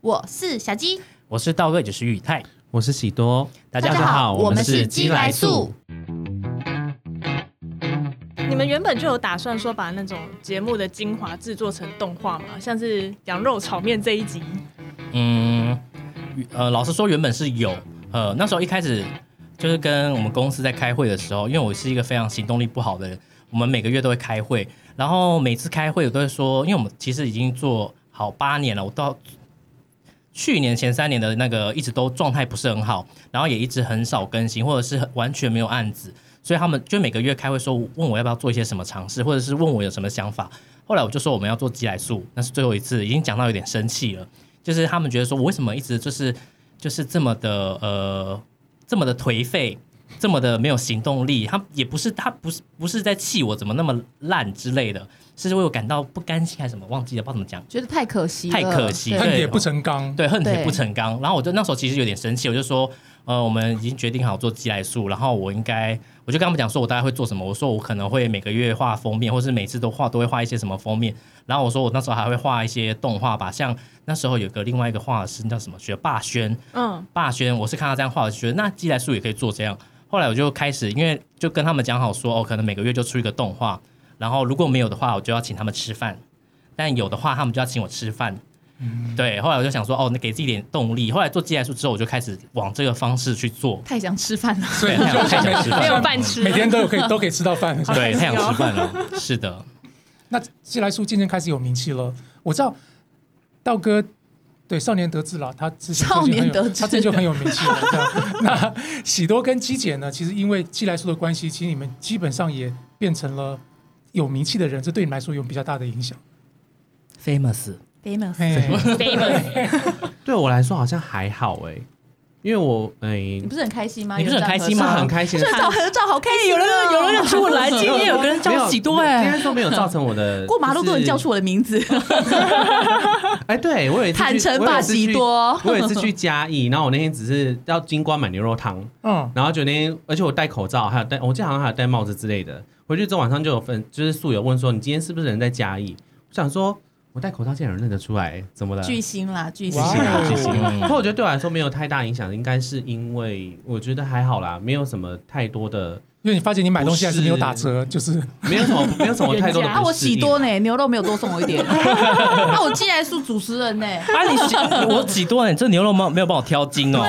我是小鸡，我是道哥，也就是玉泰。我是喜多，大大家好我们是鸡来素。你们原本就有打算说把那种节目的精华制作成动画吗？像是羊肉炒面这一集，嗯，呃，老实说，原本是有，呃，那时候一开始就是跟我们公司在开会的时候，因为我是一个非常行动力不好的人，我们每个月都会开会，然后每次开会我都会说，因为我们其实已经做好八年了，我到去年前三年的那个一直都状态不是很好，然后也一直很少更新，或者是很完全没有案子，所以他们就每个月开会说问我要不要做一些什么尝试，或者是问我有什么想法。后来我就说我们要做鸡来素，那是最后一次，已经讲到有点生气了。就是他们觉得说我为什么一直就是就是这么的呃这么的颓废，这么的没有行动力。他也不是他不是不是在气我怎么那么烂之类的，是为我感到不甘心还是什么，忘记了，不知道怎么讲。觉得太可惜了，太可惜对了恨铁不成钢。对，恨铁对不成钢。然后我就那时候其实有点生气，我就说，呃，我们已经决定好做寄来素，然后我应该，我就跟他们讲说，我大概会做什么。我说我可能会每个月画封面，或是每次都画都会画一些什么封面。然后我说我那时候还会画一些动画吧，像那时候有个另外一个画师叫什么学霸轩，嗯，霸轩，我是看他这样画，我就觉得那寄来素也可以做这样。后来我就开始，因为就跟他们讲好说，哦，可能每个月就出一个动画，然后如果没有的话，我就要请他们吃饭；但有的话，他们就要请我吃饭。对，后来我就想说，哦，那给自己一点动力。后来做 寄来素之后，我就开始往这个方式去做。太想吃饭了。所以对太就想像太想吃饭没有像饭吃， 每天都有可以都可以吃到饭。好对，开心太想哦吃饭了。 是的，那寄来书渐渐开始有名气了。我知道道哥对少年得志啦，他之前少年得就很有志他自己就很有名气了。这样那喜多跟姬姐呢，其实因为寄来书的关系，其实你们基本上也变成了有名气的人，这对你们来说有比较大的影响。 famous， famous，嘿， famous 对我来说好像还好哎、因为我哎你不是很开心吗？你不是很有人开找心合吗？照很开心这找合照好开心哦，有人啊有人认出 我来，今天有个人没有叫喜多哎、应该说没有造成我的欸过马路都能叫就是出我的名字，哎，对我有一次去坦诚吧喜多我有一次去我有一次去嘉义，然后我那天只是要金瓜买牛肉汤，嗯，然后就那天，而且我戴口罩，还有戴，我记得好像还有戴帽子之类的。回去之后晚上就有粉，就是宿友问说你今天是不是人在嘉义？我想说，我戴口罩竟然有人认得出来，怎么了？巨星啦，巨星巨星啊，哇哦巨星！嗯不过我觉得对我来说没有太大影响，应该是因为我觉得还好啦，没有什么太多的， 因为你发现你买东西还是没有打折，就是没有什么，没有什么太多原价的不适啊，应。我喜多呢，牛肉没有多送我一点。啊，我既然是主持人呢，啊，你喜我喜多哎、这牛肉没有没有帮我挑 筋哦、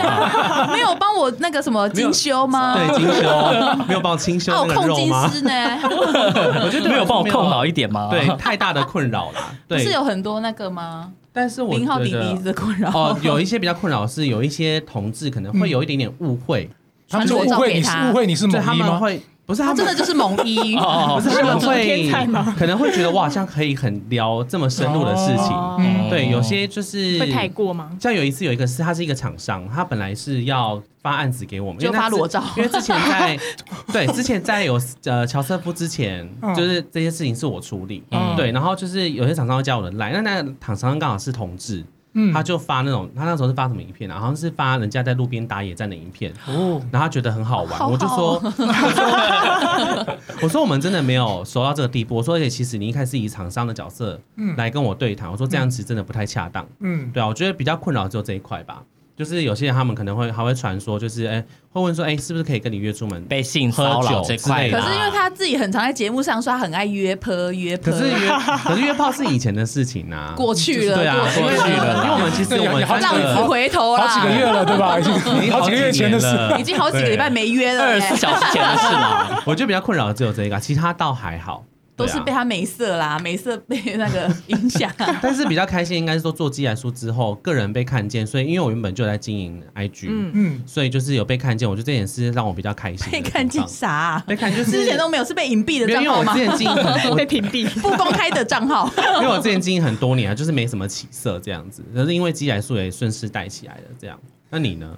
没有帮我那个什么精修吗？对，精修没有帮我清修 啊，我那个控肉金吗？师呢，啊我觉得没有帮我控好一一点吗？对，太大的困扰 啦。不是对，有很多那个吗？但是我零号觉弟得弟的困扰。哦，有一些比较困扰是有一些同志可能会有一点点误会，他们就传误裸照会给你是他误会你是对某他一们吗？会不是他他们啊真的就是猛一，哦， 不是他们天才会吗可能会觉得我好像可以很聊这么深入的事情，哦嗯对，有些就是会太过吗？像有一次有一个是，他是一个厂商，他本来是要发案子给我们，因就为发他之裸照因为之前 在对之前在有呃乔瑟夫之前，嗯就是这些事情是我处理，嗯对，然后就是有些厂商会加我的 line，那那个厂商刚好是同志，嗯他就发那种他那时候是发什么影片啊？好像是发人家在路边打野战的影片，哦，然后他觉得很好玩，好好哦我 就说，我说我说我们真的没有熟到这个地步，我说而且其实你一开始以厂商的角色嗯来跟我对谈，我说这样子真的不太恰当。嗯对啊，我觉得比较困扰只有这一块吧。就是有些人他们可能会还会传说，就是哎、会问说哎、是不是可以跟你约出门？被性骚扰这块对可啦，啊是因为他自己很常在节目上说他很爱约泼约可泼，是约可是约炮是以前的事情啊，过去了，对啊，过去了因为我们其实对啊我们好浪几子个回头啦， 好几个月了对 吧？已经已经好几个月前的事年。了已经好几个礼拜没约了、二十欸四，小时前的事 啦。我觉得比较困扰的只有这一个，啊其他倒还好，都对是啊被。他美色啦，美色被那个影响。啊但是比较开心应该是说做寄来书之后，个人被看见，所以因为我原本就有在经营 IG，、嗯，嗯，所以就是有被看见，我觉得这点是让我比较开心的被地方。看见啥、被看就是之前都没有，是被隐蔽的没有账因为号我吗之？前经营很我被屏 蔽，不公开的账号， 因为我之前经营很多年啊，就是没什么起色这样子，可是因为基来素也顺势带起来了这样。那你呢？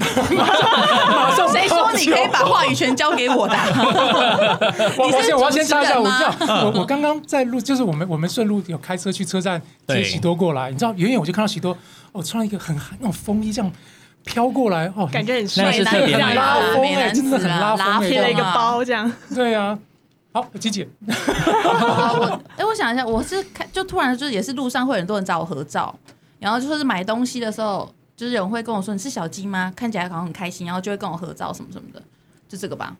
谁说你可以把话语权交给我的啊、我你是我先我要先插一下，主我持这人样，我我刚刚在路，就是我们我们顺路有开车去车站接对喜多过来，你知道远远我就看到喜多，哦，穿了一个很那种风衣这样飘过来，哦，感觉很那帅，是特别这美样美男拉子拉啊风美男真的子很啊拉风拉欸风贴了一个啊包这样，对啊，好，机姐，哎、我想一下，我是看就突然就是也是路上会有很多人找我合照，然后就说是买东西的时候，就是有人会跟我说你是小鸡吗？看起来好像很开心，然后就会跟我合照什么什么的，就这个吧。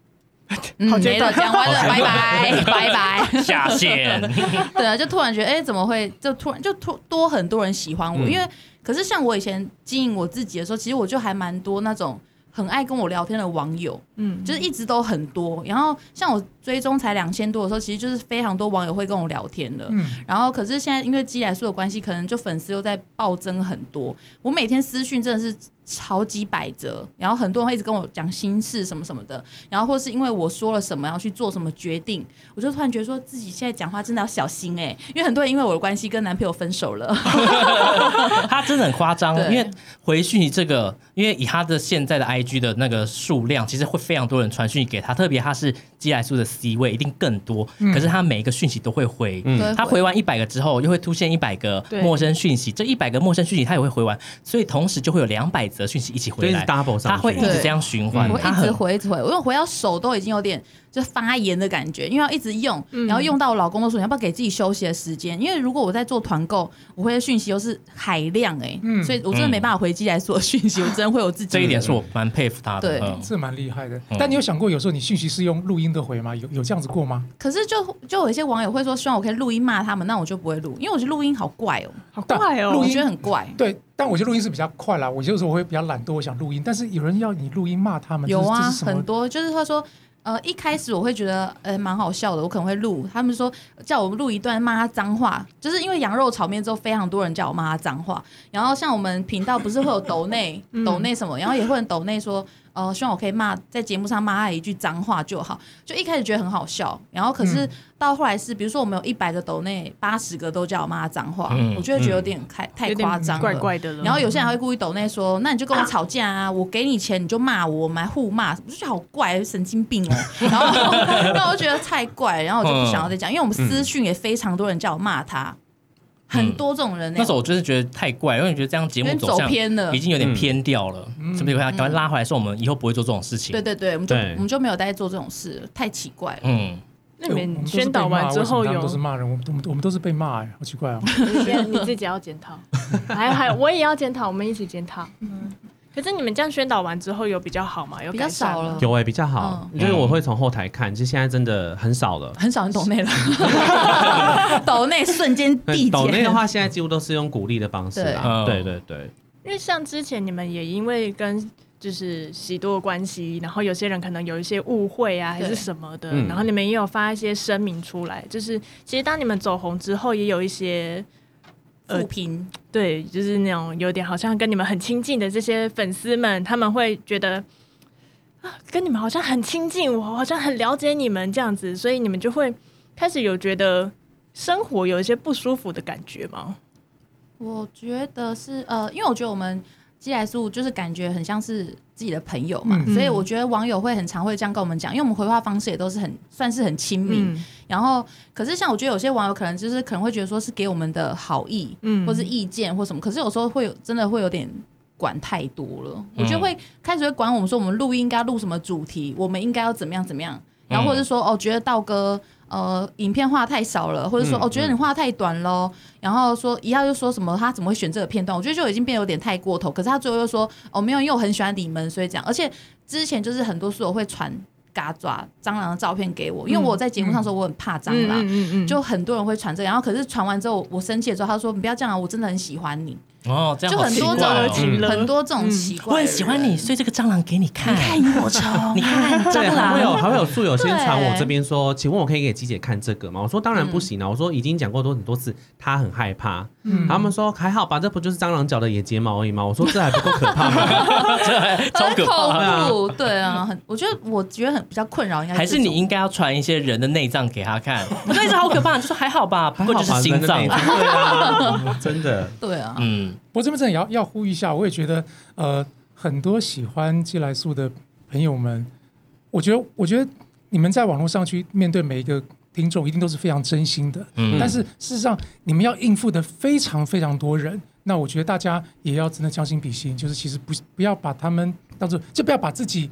嗯，没了，讲完了，拜拜，拜拜。下线，对啊，就突然觉得，哎、怎么会？就突然就突多很多人喜欢我，嗯因为可是像我以前经营我自己的时候，其实我就还蛮多那种很爱跟我聊天的网友，嗯，就是一直都很多。然后像我追踪才两千多的时候，其实就是非常多网友会跟我聊天的。嗯，然后可是现在因为基来素的关系，可能就粉丝又在暴增很多。我每天私讯真的是好几百则，然后很多人会一直跟我讲心事什么什么的，然后或是因为我说了什么要去做什么决定，我就突然觉得说自己现在讲话真的要小心哎、因为很多人因为我的关系跟男朋友分手了。他真的很夸张，对因为回讯息这个，因为以他的现在的 IG 的那个数量，其实会非常多人传讯息给他，特别他是基来素的 C 位，一定更多。嗯可是他每一个讯息 都会回，嗯对他回完一百个之后，又会出现一百个对陌生讯息，这一百个陌生讯息他也会回完，所以同时就会有两百则讯息一起就回一直来， double 他上去，会一直这样循环嗯，我他一直很回一直回，因为我回到手都已经有点就发炎的感觉，因为要一直用，嗯然后用到我老公都说你要不要给自己休息的时间？因为如果我在做团购，我会讯息又是海量哎、嗯所以我真的没办法回击来所有讯息，我真的会有自己这一点是我蛮佩服他的。对嗯这蛮厉害的嗯。但你有想过，有时候你讯息是用录音的回吗？有有这样子过吗？可是就就有一些网友会说希望我可以录音骂他们，那我就不会录，因为我觉得录音好怪哦、好但怪哦录我音觉得很怪。对，但我觉得录音是比较快啦。我有时候我会比较懒惰，我想录音，但是有人要你录音骂他们，有这啊，是这是什很么？多就是他说，呃，一开始我会觉得，呃，蛮好笑的，我可能会录。他们说叫我录一段骂他脏话，就是因为羊肉炒面之后，非常多人叫我骂他脏话。然后像我们频道不是会有抖内嗯抖内什么，然后也会有抖内说，呃，希望我可以骂在节目上骂他一句脏话就好。就一开始觉得很好笑，然后可是到后来是，比如说我们有一百个抖内，八十个都叫我骂他脏话，嗯我就会觉得有点太、太有点夸张了。怪怪的了。然后有些人还会故意抖内说，那你就跟我吵架啊，我给你钱你就骂我，我们还互骂，我就觉得好怪，神经病哦。然后，然后我就觉得太怪，然后我就不想要再讲，因为我嗯们私讯也非常多人叫我骂他，很多这种人呢、嗯那时候我就是觉得太怪，因为觉得这样节有目点走走向偏了已。经有点偏掉了，是不是？赶快拉回来，说我们以后不会做这种事情。对对对，我们就对我们就没有再做这种事了，太奇怪了。嗯，那对你我们们都是宣导被骂完之后为什么他们有都是骂人，我们我们我们都是被骂，哎，好奇怪哦。 你先你自己要检 讨，还有还有，我也要检讨，我们一起检讨。嗯，可是你们这样宣导完之后有比较好吗？有比较改善少吗了，有哎、比较好，嗯因为我会从后台看，其实现在真的很少了。哦很少人抖 内了，抖内瞬间递减。抖内的话，现在几乎都是用鼓励的方式啦。对对对对，因为像之前你们也因为跟就是喜多的关系，然后有些人可能有一些误会啊，还对是什么的，嗯然后你们也有发一些声明出来，就是其实当你们走红之后，也有一些扶贫，对，就是那种有点好像跟你们很亲近的这些粉丝们，他们会觉得啊，跟你们好像很亲近，我好像很了解你们这样子，所以你们就会开始有觉得生活有一些不舒服的感觉吗？我觉得是呃，因为我觉得我们基来素就是感觉很像是自己的朋友嘛，嗯所以我觉得网友会很常会这样跟我们讲，因为我们回话方式也都是很算是很亲嗯民。然后，可是像我觉得有些网友可能就是可能会觉得说是给我们的好意，嗯或是意见或什么，可是有时候会有真的会有点。管太多了，我嗯就会开始会管我们说，我们录音应该要录什么主题，我们应该要怎么样怎么样，然后嗯或者是说，哦，觉得道哥呃影片画太少了，或者说、嗯哦觉得你画太短喽，然后说一下就说什么他怎么会选这个片段，我觉得就已经变得有点太过头。可是他最后又说哦没有，因为我很喜欢你们，所以这样。而且之前就是很多室友会传嘎爪蟑螂的照片给我，因为我在节目上说我很怕蟑螂，嗯就很多人会传这个，然后可是传完之后我生气的时候，他说你不要这样啊，我真的很喜欢你，哦，这样就好很奇多怪这哦种情了很多这种奇怪、我很喜欢你，，所以这个蟑螂给你看，看萤火虫， 你看对，蟑还会有螂，还会有素友先对传我这边说，请问我可以给鸡姐看这个吗？我说当然不嗯行啊，我说已经讲过多很多次，她很害怕。嗯他们说还好吧，这不就是蟑螂脚的眼睫毛而已吗？我说这还不够可 怕吗？超很可怕。恐 怖，对啊，很，我觉得我觉得很比较困扰，应该还这是种你应该要传一些人的内脏给他看，内脏好可怕，就说还好吧，不还过好就吧是心脏人的内。脏对啊，真的。对啊，嗯，不过这边真的也要要呼吁一下，我也觉得呃，很多喜欢寄来素的朋友们，我觉得我觉得你们在网络上去面对每一个听众，一定都是非常真心的。嗯但是事实上，你们要应付的非常非常多人，那我觉得大家也要真的将心比心，就是其实不不要把他们当做，就不要把自己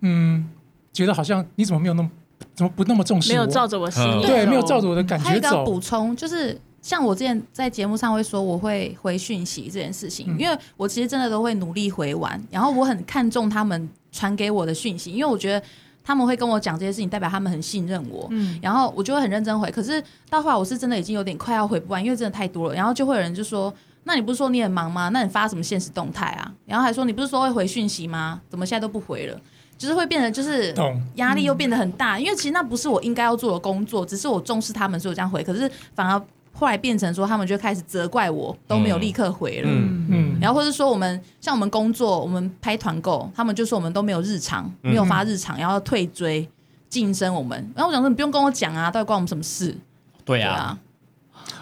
嗯觉得好像你怎么没有那么。怎么不那么重视没我？有照着哦我心意嗯走，对，没有照着我的感还有觉一个要走。补充，就是像我之前在节目上会说我会回讯息这件事情，嗯因为我其实真的都会努力回完，然后我很看重他们传给我的讯息，因为我觉得他们会跟我讲这些事情，代表他们很信任我。嗯，然后我就会很认真回，可是到后来我是真的已经有点快要回不完，因为真的太多了。然后就会有人就说：“那你不是说你很忙吗？那你发什么现实动态啊？”然后还说：“你不是说会回讯息吗？怎么现在都不回了？”就是会变得就是懂，压力又变得很大，因为其实那不是我应该要做的工作，只是我重视他们，所以我这样回。可是反而后来变成说，他们就开始责怪我都没有立刻回了。嗯嗯，然后或是说我们像我们工作，我们拍团购，他们就说我们都没有日常，没有发日常，然后退追晋升我们。然后我想说，你不用跟我讲啊，到底关我们什么事？对对啊，啊，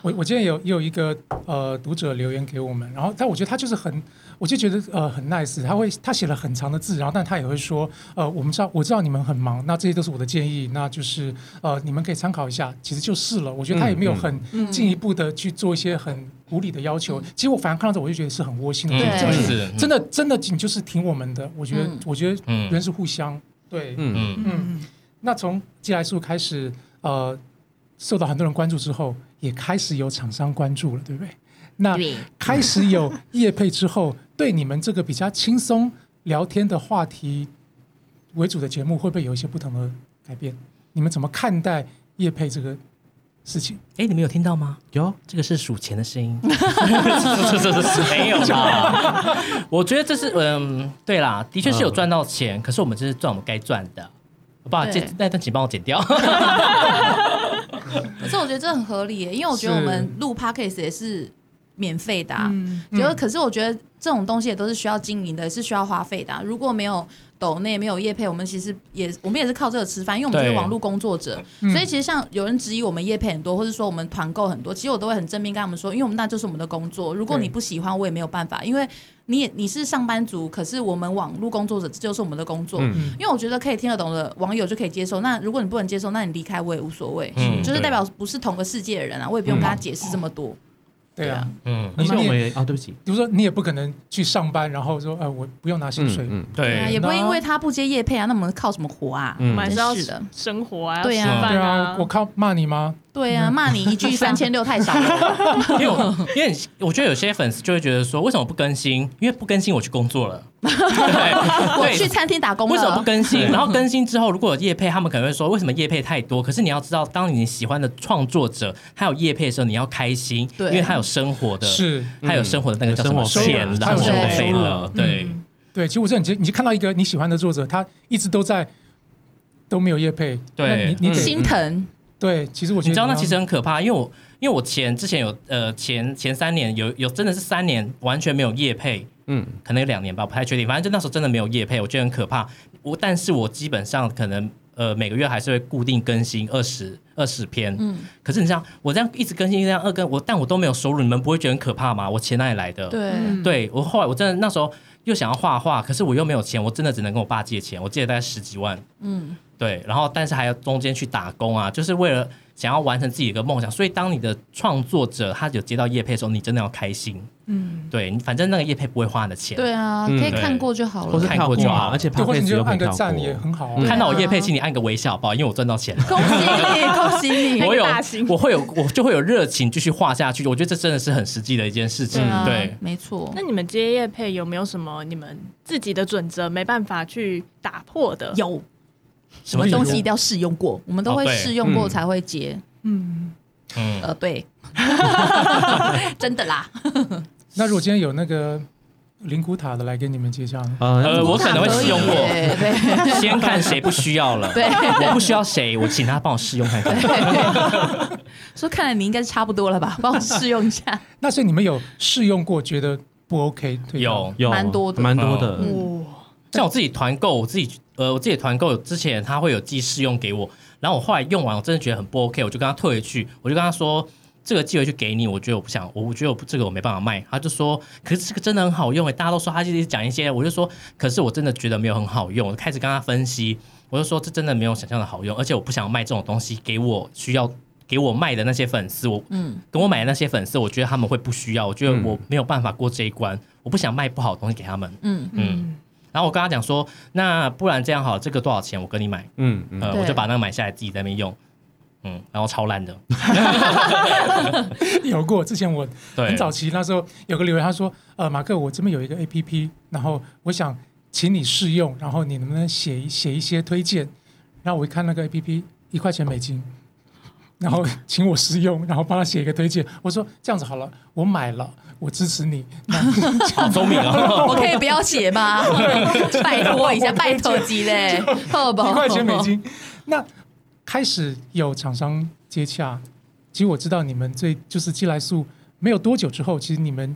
我我今天有也有一个呃读者留言给我们，然后但我觉得他就是很，我就觉得呃很 nice，他会他写了很长的字，然后但他也会说呃我们知道我知道你们很忙，那这些都是我的建议，那就是呃你们可以参考一下，其实就是了。我觉得他也没有很嗯进一步的去做一些很无理的要求，其实我反而看到这我就觉得是很窝心的，嗯，对这就嗯样是是真的真的你就是挺我们的，我觉得、嗯我觉得人嗯是互相对，嗯嗯嗯，那从寄来素开始，呃，受到很多人关注之后，也开始有厂商关注了，对不对？那对啊开始有业配之后，对你们这个比较轻松聊天的话题为主的节目，会不会有一些不同的改变？你们怎么看待业配这个事情？哎，你们有听到吗？有这个是数钱的声音， 是是是是没 有啦。啊我觉得这是嗯，对啦，的确是有赚到钱，可是我们这是赚我们该赚的。我把对这那段请帮我剪掉。可是我觉得这很合理耶，因为我觉得是我们录 podcast 也是免费的、啊，嗯觉得、可是我觉得这种东西也都是需要经营的，也是需要花费的啊、如果没有抖内没有业配，我们其实也我们也是靠这个吃饭，因为我们就是对网络工作者，嗯所以其实像有人质疑我们业配很多，或者说我们团购很多，其实我都会很正面跟他们说，因为我们那就是我们的工作，如果你对不喜欢，我也没有办法，因为你也你是上班族，可是我们网络工作者这就是我们的工作，嗯嗯因为我觉得可以听得懂的网友就可以接受。那如果你不能接受，那你离开我也无所谓，嗯就是对代表不是同个世界的人啊，我也不用跟他解释这么多。对啊，嗯，而且我们也啊，对不起，比如说你也不可能去上班，然后说，呃，我不用拿薪水，嗯对啊，对，也不会因为他不接业配啊，那我们靠什么活啊？我嗯们还是要真是的生活啊，对要啊吃对饭啊，我靠，骂你吗？对啊，骂你一句三千六太少了。 因为我因为我觉得有些粉丝就会觉得说，为什么不更新？因为不更新我去工 作了，我 对去对，餐厅打工为什么了不。更新？然后更新之后，如果有业配，他们可能会说为什么业配太多？可是你要知道，当你喜欢的创作者还有业配的时候，你要开心，对因为他有生活的，是，他有生活的那个叫什么嗯钱他了，有生活生活收费啊嗯入了，对，嗯对，其实我知道你就你就看到一个你喜欢的作者，他一直都在都没有业配，对嗯那你你嗯得、心疼，对，其实我觉得你知道那要其实很可怕，因为我因为我前之前有呃前前三年有有真的是三年完全没有业配，嗯，可能有两年吧，不太确定。反正就那时候真的没有业配，我觉得很可怕。我但是我基本上可能呃每个月还是会固定更新二十二十篇。嗯，可是你像我这样一直更新这样二更我，但我都没有收入，你们不会觉得很可怕吗？我钱哪里来的？，对嗯对我后来我真的那时候又想要画画，可是我又没有钱，我真的只能跟我爸借钱，我借了大概十几万。嗯，对，然后但是还要中间去打工啊，就是为了想要完成自己一个梦想。所以当你的创作者他有接到业配的时候，你真的要开心。嗯，对，你反正那个业配不会花你的钱。对啊，嗯可以看过就好或是了。看跳过过就啊，好而且 p 对， o 或 d 者 c 你就 a 又按个跳赞过也很好啊。嗯看到我对啊叶配，请你按个微笑，好不好？因为我赚到钱了。恭喜 你，恭喜你！我有大型，我会有，我就会有热情继续画下去。我觉得这真的是很实际的一件事情对。啊，嗯对，没错那。你们接业配有没有什么你们自己的准则没办法去打破的？，有什么例如东西一定要试用过，我们都哦会对试用过嗯才会接。嗯，嗯，呃，对，真的啦。那如果今天有那个灵骨塔的来给你们接下呢？呃呃，我可能会试用过对对先看谁不需要了。对我不需要谁，我请他帮我试用看看。 说看来你应该是差不多了吧？帮我试用一下。那所以你们有试用过觉得不 OK 对吧有，有蛮多的蛮多的，哦嗯哇，像我自己团购，我自己呃，我自己团购之前他会有寄试用给我，然后我后来用完，我真的觉得很不 OK，我就跟他退回去，我就跟他说。这个寄回去给你，我觉得我不想，我我觉得我不这个我没办法卖。他就说，可是这个真的很好用诶，欸大家都说他一直讲一些，我就说，可是我真的觉得没有很好用。我开始跟他分析，我就说这真的没有想象的好用，而且我不想卖这种东西给我需要给我卖的那些粉丝，我嗯，跟我买的那些粉丝，我觉得他们会不需要，我觉得我没有办法过这一关，我不想卖不好的东西给他们。嗯嗯，然后我跟他讲说，那不然这样好，这个多少钱我跟你买，嗯嗯，呃，对我就把那个买下来自己在那边用，嗯，然后超烂的， 有过，之前我对，很早期那时候有个留言，他说：“呃，马克，我这边有一个 A P P，然后我想请你试用，然后你能不能写一写一些推荐？”然后我一看那个 A P P，一块钱美金，然后请我试用， 然后帮他写一个推荐。我说：“这样子好了，我买了，我支持你。好聪明哦。 我可以不要写吗？拜托一下，拜托级嘞，好不那好？一块钱美金，那开始有厂商接洽。其实我知道你们最就是寄来素没有多久之后，其实你们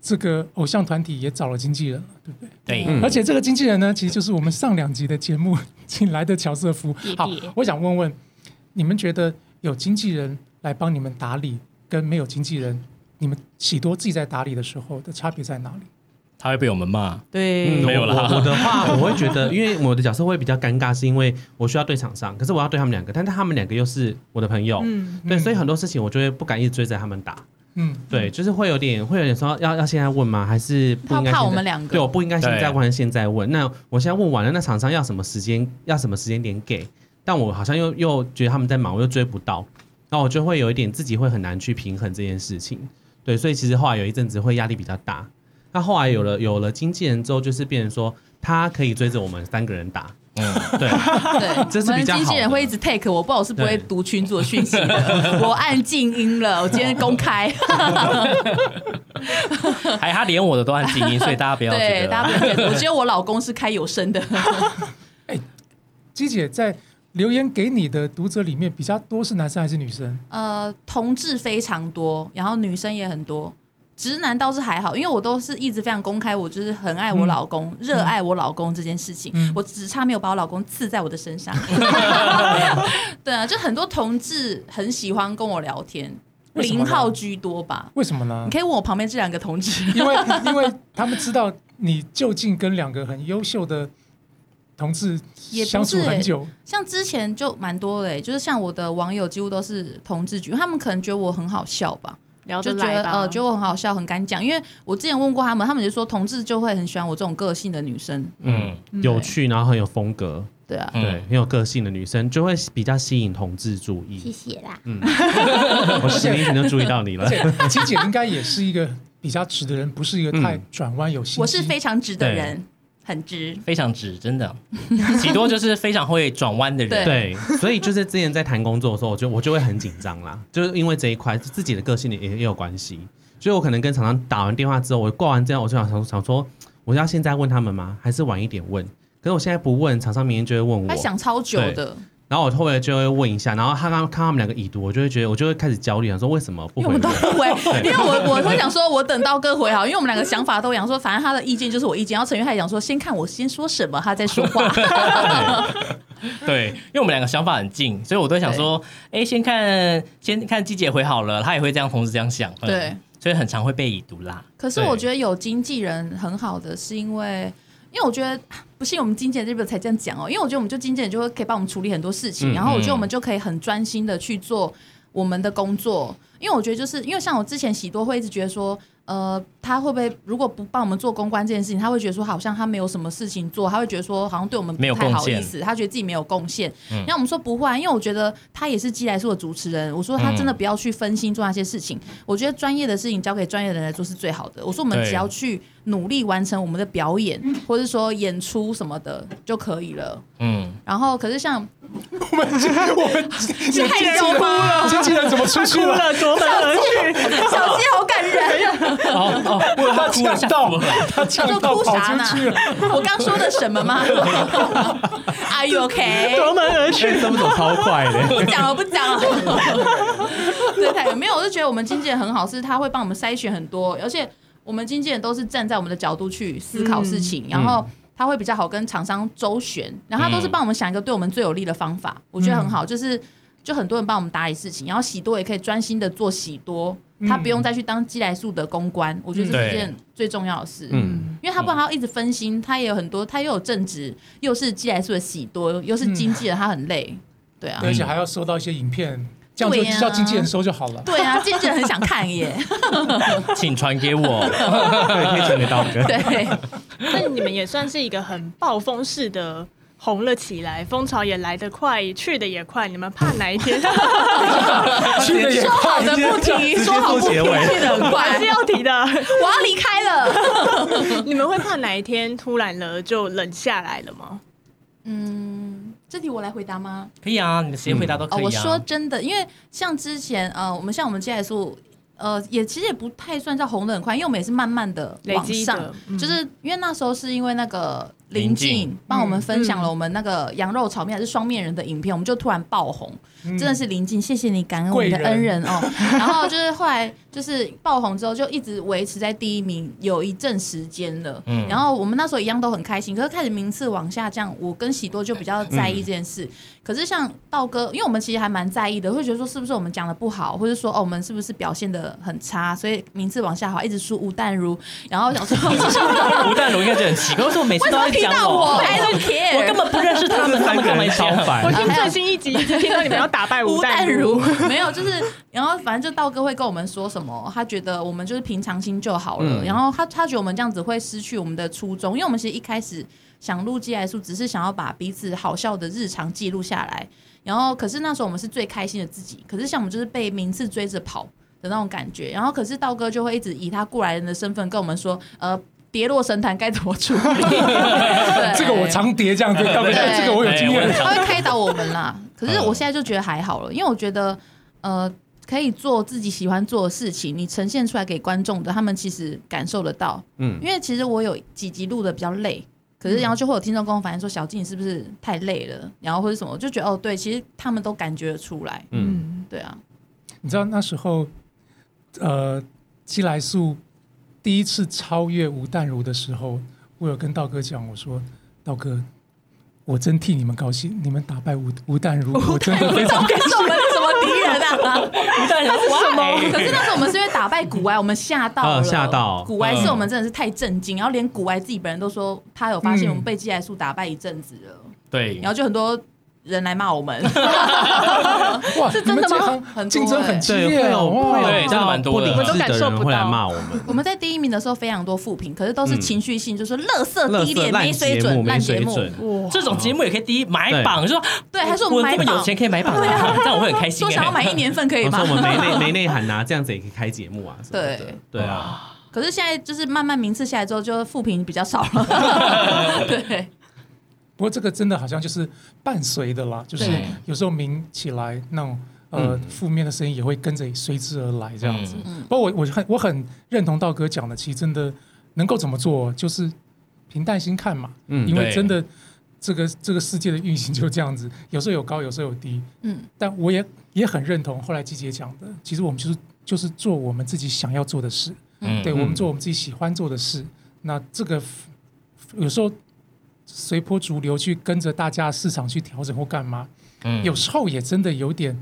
这个偶像团体也找了经纪人了，对不对？对，嗯而且这个经纪人呢，其实就是我们上两集的节目 请来的乔瑟夫弟。弟好，我想问问，你们觉得有经纪人来帮你们打理，跟没有经纪人，你们喜多自己在打理的时候的差别在哪里？他会被我们骂。对嗯，没有我啦我我 的话，我会觉得，因为我的角色会比较尴尬，是因为我需要对厂商，可是我要对他们两个，但是他们两个又是我的朋友，嗯，对，嗯所以很多事情我就会不敢一直追着他们打。嗯，对，就是会有点，会有点说要要现在问吗？还是不他应该现在？怕我们两对，个我不应该现在对问，还是现在问？那我现在问完了，那厂商要什么时间？要什么时间点给？但我好像又又觉得他们在忙，我又追不到，那我就会有一点自己会很难去平衡这件事情。对，所以其实后来有一阵子会压力比较大。那后来有了有了经纪人之后，就是变成说他可以追着我们三个人打，嗯，对，对，这是比较我们经纪好人的会一直 take 我，不然我是不会对读群组的讯息 的。我按静音了，我今天公开，还他连我的都按静音，所以大家不要 觉对得大家不要觉得。我觉得我老公是开有声的，鸡姐在留言给你的读者里面，比较多是男生还是女生？呃，同志非常多，然后女生也很多。直男倒是还好，因为我都是一直非常公开，我就是很爱我老公，热爱我老公这件事情，嗯我只差没有把我老公刺在我的身上。 对啊，就很多同志很喜欢跟我聊天，为什么呢嗯零号居多吧。为什么呢你？可以问我旁边这两个同志，因为 因为他们知道你就近跟两个很优秀的同志也不相处是很久，像之前就蛮多的欸、就是像我的网友几乎都是同志局，他们可能觉得我很好笑吧，聊得就觉哦来得吧，呃觉得我很好笑，很敢讲。因为我之前问过他们，他们就说同志就会很喜欢我这种个性的女生，嗯，有趣，然后很有风格，对啊，嗯对，很有个性的女生就会比较吸引同志注意。嗯谢啦。 我十年前就注意到你了而。且鸡姐应该也是一个比较直的人，不是一个太嗯转弯有心机。我是非常直的对人，很直。非常直，真的。喜多就是非常会转弯的 人，对，所以就是之前在谈工作的时候，我就我就会很紧张啦，就是因为这一块自己的个性也也有关系，所以我可能跟厂商打完电话之后，我挂完电话，我就想想想说，我要现在问他们吗？还是晚一点问？可是我现在不问，厂商明天就会问我他，想超久的，然后我后来就会问一下，然后他刚看他们两个已读，我就会觉得我就会开始焦虑，想说为什么不因为我们回都我？不回，因为我我会想说，我等刀哥回好，因为我们两个想法都一样，说反正他的意见就是我意见，然后陈玉还想说，先看我先说什么，他再说话。对，因为我们两个想法很近，所以我都想说，哎，先看先看季姐回好了，他也会这样同时这样想，嗯对，所以很常会被已读啦。可是对我觉得有经纪人很好的，是因为因为我觉得不信我们经纪人这边才这样讲哦，因为我觉得我们就经纪人就会可以帮我们处理很多事情，嗯然后我觉得嗯我们就可以很专心的去做我们的工作，因为我觉得就是因为像我之前喜多会一直觉得说。呃，他会不会如果不帮我们做公关这件事情，他会觉得说好像他没有什么事情做，他会觉得说好像对我们不没有太好贡献意思，他觉得自己没有贡献。然后我们说不会啊，因为我觉得他也是既来是我主持人，我说他真的不要去分心做那些事情，我觉得专业的事情交给专业的人来做是最好的。我说我们对只要去努力完成我们的表演，嗯或者说演出什么的就可以了。嗯，然后可是 像我们哎我们是太高了，经纪人怎么出去了？夺门而去，小鸡好感 人，哦哦，我他哭了，吓到我了。他说到哭跑啥呢出去了？我刚说的什么 吗？Are you okay？夺门而去。哎，他们走超快的， 不讲了，不讲了。 对，太没有，我就觉得我们经纪人很好，是他会帮我们筛选很多，而且我们经纪人都是站在我们的角度去思考事情，然后他会比较好跟厂商周旋，然后他都是帮我们想一个对我们最有利的方法，我觉得很好，就是。就很多人帮我们打理事情，然后喜多也可以专心的做喜多，他不用再去当基来素的公关，我觉得这是一件最重要的事。嗯，因为他不然他要一直分心，他也有很多，他又有正职，又是基来素的喜多，又是经纪人，他很累。对啊，嗯而且还要收到一些影片，这样就对呀叫经纪人收就好了。对啊，经纪人很想看 耶。请传给我。对，可以转给刀哥。对， 那你们也算是一个很暴风式的红了起来，风潮也来得快，去的也快。你们怕哪一 天？去的也说 好的不直提，接说好不提，做结尾去的很还快是。要 提的。我要离开了。你们会怕哪一天突然了就冷下来了吗？嗯，这题我来回答吗？可以啊，你谁回答都可哦，以啊。我说真的，因为像之前呃，我们像我们接来说，呃，也其实也不太算叫红的很快，因为我们也是慢慢的累往积上的，嗯就是因为那时候是因为那个林林静静帮我们分享嗯了我们那个羊肉炒面还是双面人的影片，我们就突然爆红，嗯嗯真的是林静，谢谢你感恩我们的恩人哦。然后就是后来就是爆红之后，就一直维持在第一名有一阵时间了。嗯然后我们那时候一样都很开心，可是开始名次往下降，我跟喜多就比较在意这件事。可是像道哥，因为我们其实还蛮在意的，会觉得说是不是我们讲的不好，或者说哦我们是不是表现的很差，所以名次往下滑，一直输吴淡如。然后想说 吴淡如应该就很奇怪，为什么每次为都什么在 提讲到我？I don't care，我根 本不认识他们，他们干嘛一超讲？我烦，听最新一集一直听到你们要打 败吴淡淡如没有，就是然后反正就道哥会跟我们说什么，他觉得我们就是平常心就好了。嗯然后他他觉得我们这样子会失去我们的初衷，因为我们其实一开始想录《寄来书》，只是想要把彼此好笑的日常记录下来。然后可是那时候我们是最开心的自己，可是像我们就是被名次追着跑。的那种感觉，然后可是道哥就会一直以他过来人的身份跟我们说，呃，跌落神坛该怎么处理？ 对这个我常叠这样子，告诉你对这个我有经验。他会开导我们啦。可是我现在就觉得还好了，因为我觉得呃，可以做自己喜欢做的事情，你呈现出来给观众的，他们其实感受得到。嗯，因为其实我有几集录的比较累，可是然后就会有听众跟我反映说，小静你是不是太累了？然后或者什么，我就觉得哦，对，其实他们都感觉得出来。嗯，对啊，你知道那时候，呃，基来素第一次超越吴淡如的时候，我有跟道哥讲，我说道哥，我真替你们高兴，你们打败吴吴淡如，我真的非常感受我们什么敌人 啊？吴淡如是什么？可是那时候我们是因为打败古埃，我们吓到了，呃吓到古埃是我们真的是太震惊，然后连古埃自己本人都说他有发现我们被寄来素打败一阵子了，嗯对然，后就很多人来骂我 们，哇，是你真们的这吗行很多竞争欸很激对，烈会哦，有哇对会有真的蛮多不的理智的人会来骂我我们，们在第一名的时候非常多负评，可是都是情绪性，就说乐色嗯垃低劣、没圾烂水节目，准、没烂水节目。准。哎哇，这种节目也可以第一买榜，就说对，还是我我们买这么有榜，钱可以买榜， 这样我会很开心说。想要买哎一年份可以我吗哦说？我们没内没内涵呐，啊这样子也可以开节目啊，什么的对对啊，可是现在就是慢慢名次下来之后，就负评比较少了。 对，不过这个真的好像就是伴随的啦，就是对有时候鸣起来那种呃负面的声音也会跟着随之而来这样子。嗯不过我我很我很认同道哥讲的，其实真的能够怎么做，就是平淡心看嘛，嗯因为对真的这个这个世界的运行就这样子， 有时候有高，有时候有低。嗯，但我也也很认同后来季姐讲的，其实我们就是就是做我们自己想要做的事，嗯对我们嗯做我们自己喜欢做的事。那这个 f- f- 有时候随波逐流去跟着大家市场去调整或干嘛，嗯有时候也真的有点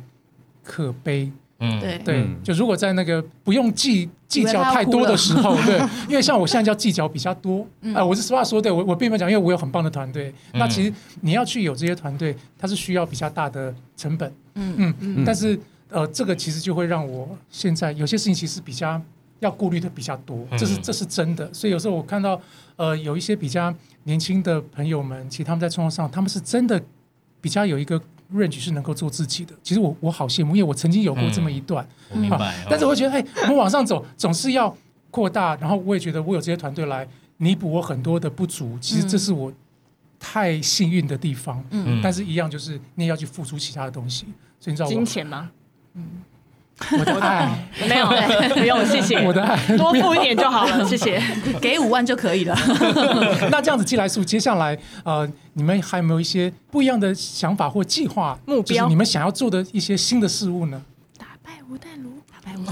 可悲。嗯对对，嗯就如果在那个不用计计以为较他要太哭多的了时候，对， 因为像我现在叫计较比较多，啊、嗯我是实话说，对我我并没有讲，因为我有很棒的团队。嗯那其实你要去有这些团队，它是需要比较大的成本，嗯嗯，嗯但是呃，这个其实就会让我现在有些事情其实比较要顾虑的比较多，这是嗯这是真的。所以有时候我看到呃有一些比较年轻的朋友们，其实他们在创作上，他们是真的比较有一个 range 是能够做自己的。其实我我好羡慕，因为我曾经有过这嗯么一段，我明白哦啊。但是我会觉得，哎、我们往上走总是要扩大，然后我也觉得我有这些团队来弥补我很多的不足，嗯其实这是我太幸运的地方。嗯 但是一样就是你也要去付出其他的东西，所以你知道金我钱吗？我的爱， 没有，不用，谢谢。 我的爱，多付一点就好了，谢谢。 给五万就可以了。那这样子寄来素，接下来呃，你们还有没有一些不一样的想法或计划目标就是你们想要做的一些新的事物呢？打败吴淡如，打败 我，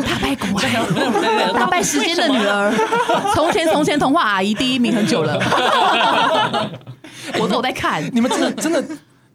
打败古埃， 打败时间的女儿。 从前从前童话阿姨第一名很久 了，我都有在看。你们 真的真的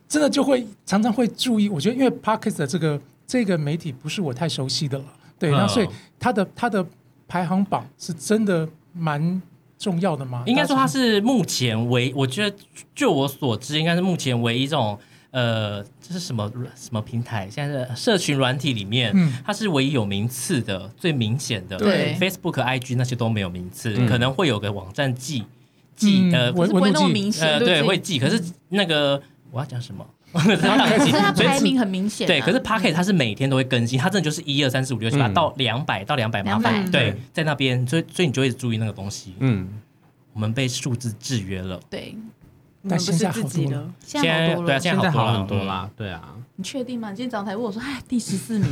真的就会常常会注意，我觉得因为 Parkes 的这个这个媒体不是我太熟悉的了，对，嗯那所以它的它的排行榜是真的蛮重要的吗？应该说它是是目前唯，我觉得就我所知，应该是目前唯一这种呃，这是什么什么平台？现在是社群软体里面，嗯它是唯一有名次的，最明显的。对 Facebook、IG 那些都没有名次，嗯可能会有个网站记记、嗯呃我可是不会那么文路记明显，呃不对会记，可是那个我要讲什么？ 所以它所以排名很明显啊。对，可是 Pocket 它是每天都会更新，它真的就是一二三四五六七八嗯到两百到两百八百， 200对对，在那边，所以所以你就会注意那个东西。嗯，我们被数字制约了，对，你们不但是现在自好己多了，现在好多对了。啊，现现在在好好很很多 多啦。啦，对啊，你确定吗？你今天早上才问我说，哎，第十四名，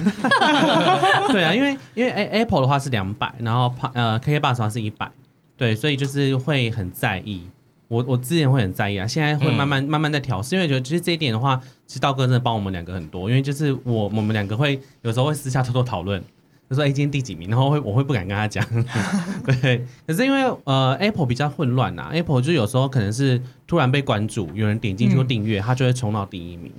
对啊，因为因为 A- Apple 的话是两百，然后 Pa- 呃 KK Bus 的话是一百，对，所以就是会很在意。我我之前会很在意啊，现在会慢慢、慢慢在调试，因为觉得其实这一点的话，其实道哥真的帮我们两个很多，因为就是我我们两个会有时候会私下偷偷讨论，就说哎、今天第几名，然后会我会不敢跟他讲，对。可是因为呃 Apple 比较混乱啊，Apple 就有时候可能是突然被关注，有人点进去或嗯订阅，他就会冲到第一名，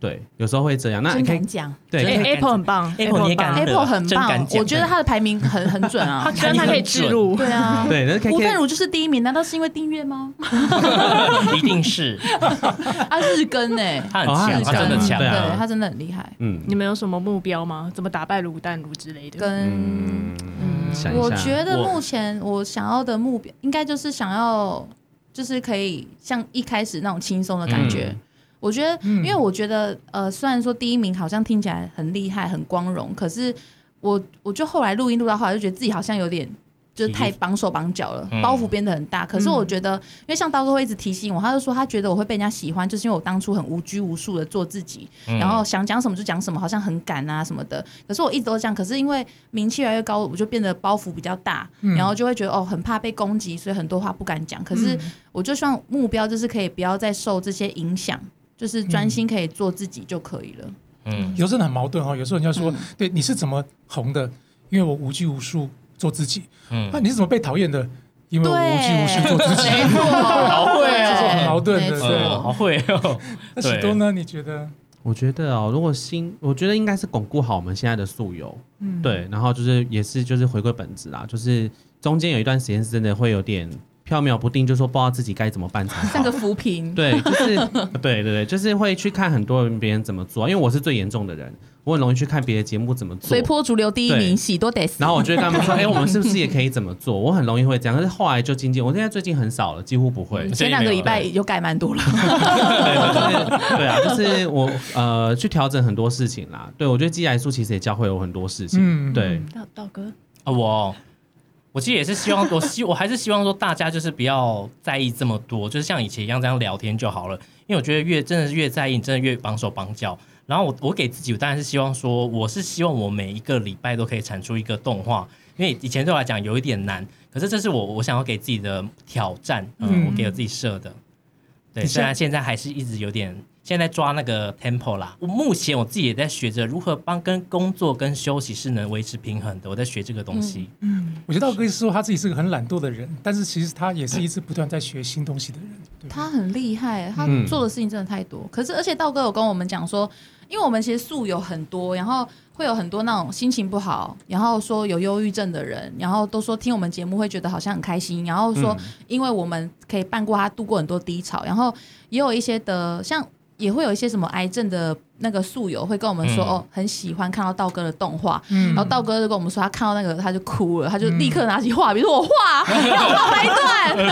对，有时候会这样。那啊真你可以敢讲对真可以的哎 Apple 很棒哎 Apple 你也敢啊很棒对，Apple 很真棒敢，讲我觉得它的排名很很准 啊。虽然它可以置入，对啊， 对，那 KK 吴淡如就是第一名，难道是因为订阅 吗？嗯一定是他啊日更欸呢，他哦很强，他很他真的强强对。啊对他真的很厉害。嗯你们有什么目标吗？怎么打败卤蛋乳之类的？跟嗯，想一下我觉得我目前我想要的目标，应该就是想要，就是可以像一开始那种轻松的感觉。嗯我觉得，嗯因为我觉得，呃，虽然说第一名好像听起来很厉害、很光荣，可是我我就后来录音录到后来，就觉得自己好像有点。就是太绑手绑脚了，嗯包袱编得很大。可是我觉得，因为像刀哥会一直提醒我，他就说他觉得我会被人家喜欢，就是因为我当初很无拘无束的做自己，嗯然后想讲什么就讲什么，好像很敢啊什么的。可是我一直都这样，可是因为名气越来越高，我就变得包袱比较大，嗯然后就会觉得哦，很怕被攻击，所以很多话不敢讲。可是我就希望目标就是可以不要再受这些影响，就是专心可以做自己就可以了。嗯，有时候很矛盾哦。有时候人家说，嗯对你是怎么红的？因为我无拘无束做自己。啊嗯那、你是怎么被讨厌的？因为我无拘无束做自己。没错，好会哦这是很矛盾的没对嗯，错好会哦， 那许多呢？你觉得？我觉得哦，如果新，我觉得应该是巩固好我们现在的素友，嗯，对，然后就是也是就是回归本质啦，就是中间有一段时间是真的会有点飘渺不定，就说不知道自己该怎么办才 好像。个扶贫， 对，就是对对对，就是会去看很多人别人怎么做，因为我是最严重的人，我很容易去看别的节目怎么做随，波逐流第一名，对喜多得死 然。后我就会跟他们说，哎、我们是不是也可以怎么做？我很容易会这样，但是后来就渐渐，我现在最近很少了，几乎不会。前两个礼拜又改蛮多了，对就是对啊，就是我呃去调整很多事情啦。对我觉得寄来书其实也教会我很多事情。嗯对，道道哥，啊，我哦我其实也是希望，我希我还是希望说大家就是不要在意这么多，就是像以前一样这样聊天就好了。因为我觉得越真的是越在意，你真的越绑手绑脚。然后我我给自己，我当然是希望说，我是希望我每一个礼拜都可以产出一个动画，因为以前对我来讲有一点难，可是这是我我想要给自己的挑战，嗯，嗯我给我自己设的。对，你虽现然现在还是一直有点，现在抓那个 tempo 啦。我目前我自己也在学着如何帮跟工作跟休息是能维持平衡的，我在学这个东嗯西。我觉得道哥是说他自己是个很懒惰的人，但是其实他也是一直不断在学新东西的人。对不对他很厉害，他嗯做的事情真的太多。可是，而且道哥有跟我们讲说，因为我们其实素有很多，然后会有很多那种心情不好，然后说有忧郁症的人，然后都说听我们节目会觉得好像很开心，然后嗯说因为我们可以伴过他度过很多低潮，然后也有一些的像。也会有一些什么癌症的那个素友会跟我们说、嗯哦，很喜欢看到道哥的动画，嗯然后道哥就跟我们说他看到那个他就哭了，他就立刻拿起画笔说我画， 让我画那一段，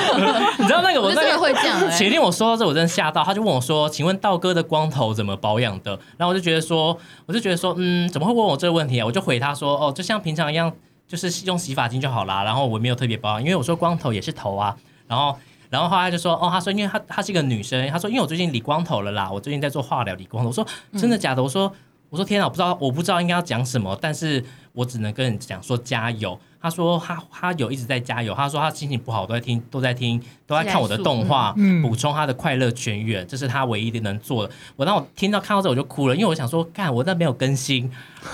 你知道那个我我就那真的个会这样、 欸。前天我说到这，我真的吓到，他就问我说：“请问道哥的光头怎么保养的？”然后我就觉得说，我就觉得说，嗯，怎么会问我这个问题啊？我就回他说：“哦，就像平常一样，就是用洗发精就好啦。”然后我没有特别保养，因为我说光头也是头啊。然后，然后后来他就说：“哦，他说因为他他是一个女生，他说因为我最近理光头了啦，我最近在做化疗理光头。”我说：“真的假的？”我说。我说天啊，我不知道，我不知道应该要讲什么，但是我只能跟你讲说加油。他说他他有一直在加油，他说他心情不好都在听都在听都在看我的动画，嗯补充他的快乐泉源，这是他唯一的能做的。我当我听到看到这我就哭了，因为我想说，干我那没有更新，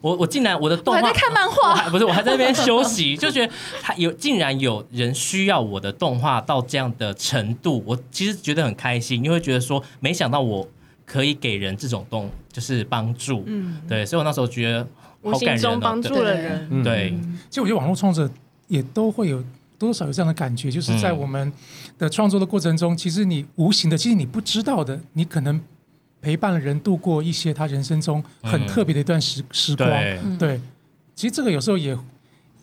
我我竟然我的动我还画在看漫我画，还不是我还在那边休息， 就觉得他有竟然有人需要我的动画到这样的程度，我其实觉得很开心，因为觉得说没想到我可以给人这种动就是帮助，嗯，对，所以我那时候觉得无好感形人中哦帮，助对了人，嗯对对，其实我觉得网络创作者也都会有多少有这样的感觉，就是嗯在我们的创作的过程中，其实你无形的，其实你不知道的，你可能陪伴了人度过一些他人生中很嗯特别的一段时、时光。对，对，其实这个有时候也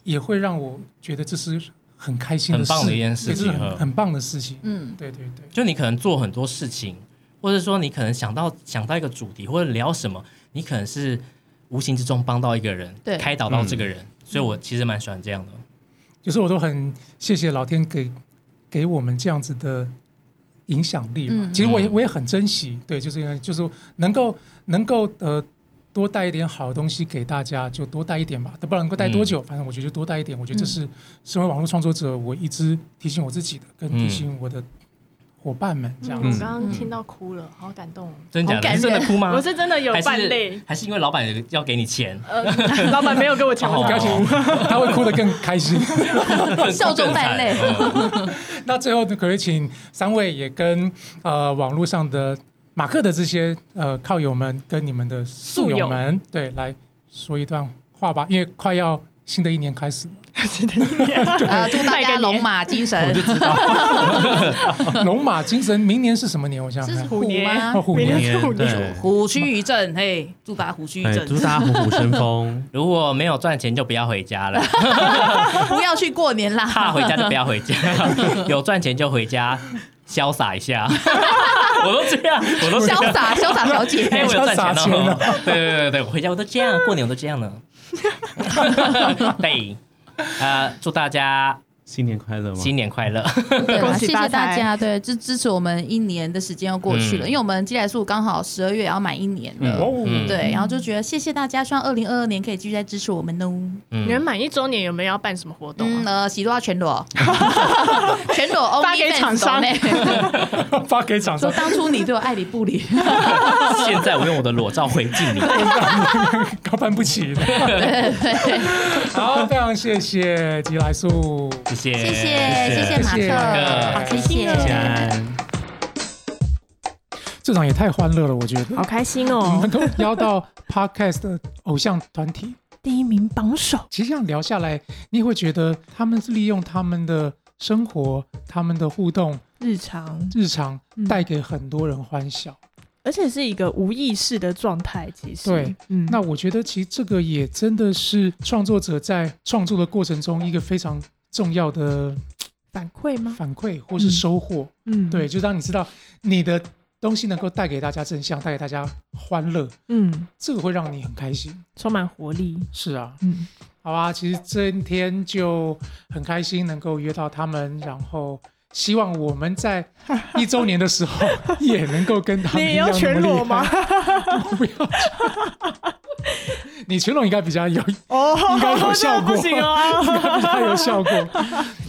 也会让我觉得这是很开心的很事，棒的一件事也是情很嗯很棒的事情。嗯，对对对，就你可能做很多事情，或者说你可能想到想到一个主题或者聊什么，你可能是无形之中帮到一个人，对开导到这个人，所以我其实蛮喜欢这样的。有时候我都很谢谢老天给给我们这样子的影响力嘛。嗯其实我也嗯我也很珍惜，对，就是因为就是能够能够呃。多带一点好的东西给大家，就多带一点吧，不然能够带多久，反正我觉得就多带一点。我觉得这嗯是身为网络创作者，我一直提醒我自己的，跟提醒我的伙伴们这样嗯我子。嗯刚刚听到哭了，好感动哦。真的假好的？感你是真的哭吗？我是真的有还半是泪，还是因为老板要给你钱，哦呃，老板没有给我钱，哦我不高要兴紧，他会哭得更开心。笑中带泪更惨。嗯。那最后呢，可以请三位也跟呃网络上的马克的这些呃靠友们跟你们的宿友们对来说一段话吧，因为快要新的一年开始了，啊， 啊祝大家龙马精神，龙马精神，明年是什么年？我想这想是看，虎吗哦？虎明年年是虎对年，，虎躯一震，嘿，祝大家虎躯一哎，震，祝大家虎虎生风如果没有赚钱就不要回家 了，不要去过年怕啦。回家就不要回家，有赚钱就回家，潇洒 一下。我都这样，我都这样潇洒潇洒小哎，姐我，有 赚要撒钱钱了哦！ 对对对对，我回家我都这样，过年我都这样呢。 对，呃，祝大家新年快乐吗？新年快乐！对啊恭谢喜谢发财大家，对，支支持我们一年的时间又过去了，嗯因为我们积来素刚好十二月也要满一年了，哦嗯对，然后就觉得谢谢大家，希望二零二二年可以继续再支持我们哦。你们嗯，满一周年有没有要办什么活动嗯，啊？呃，喜多要全裸，全裸 only 发给厂商 发给厂说商，当初你对我爱理不理，现在我用我的裸照回敬你，高攀不起的。 好，非常谢谢吉来素。谢谢，谢谢谢谢马谢谢克，好，谢谢。谢谢安安。这场也太欢乐了，我觉得。好开心我哦们！都邀到 podcast 的偶像团体，第一名榜首，其实这样聊下来，你会觉得他们是利用他们的生活、他们的互动、日常，日常嗯带给很多人欢笑。而且是一个无意识的状态，其实对，嗯，那我觉得，其实这个也真的是创作者在创作的过程中一个非常重要的反馈吗？反馈或是收获。嗯，对，，就当你知道你的东西能够带给大家正向，带给大家欢乐，嗯，这个会让你很开心。充满活力，是啊，嗯，好啊，其实今天就很开心能够约到他们，然后希望我们在 一周年的时候也能够跟他们你一也样要全裸吗？那么厉害？ 不要全，你全裸应该比较有，应哦，应该有效 这果不行 哦。该比较有效 果。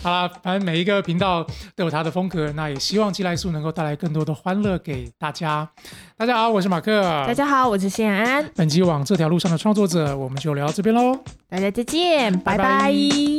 好啦，反正每一个频道都有它的风格，那也希望寄来素能够带来更多的欢乐给大家。大家好，我是马克，大家好，我是谢安安，本集往这条路上的创作者，我们就聊到这边喽。大家再见，拜拜拜拜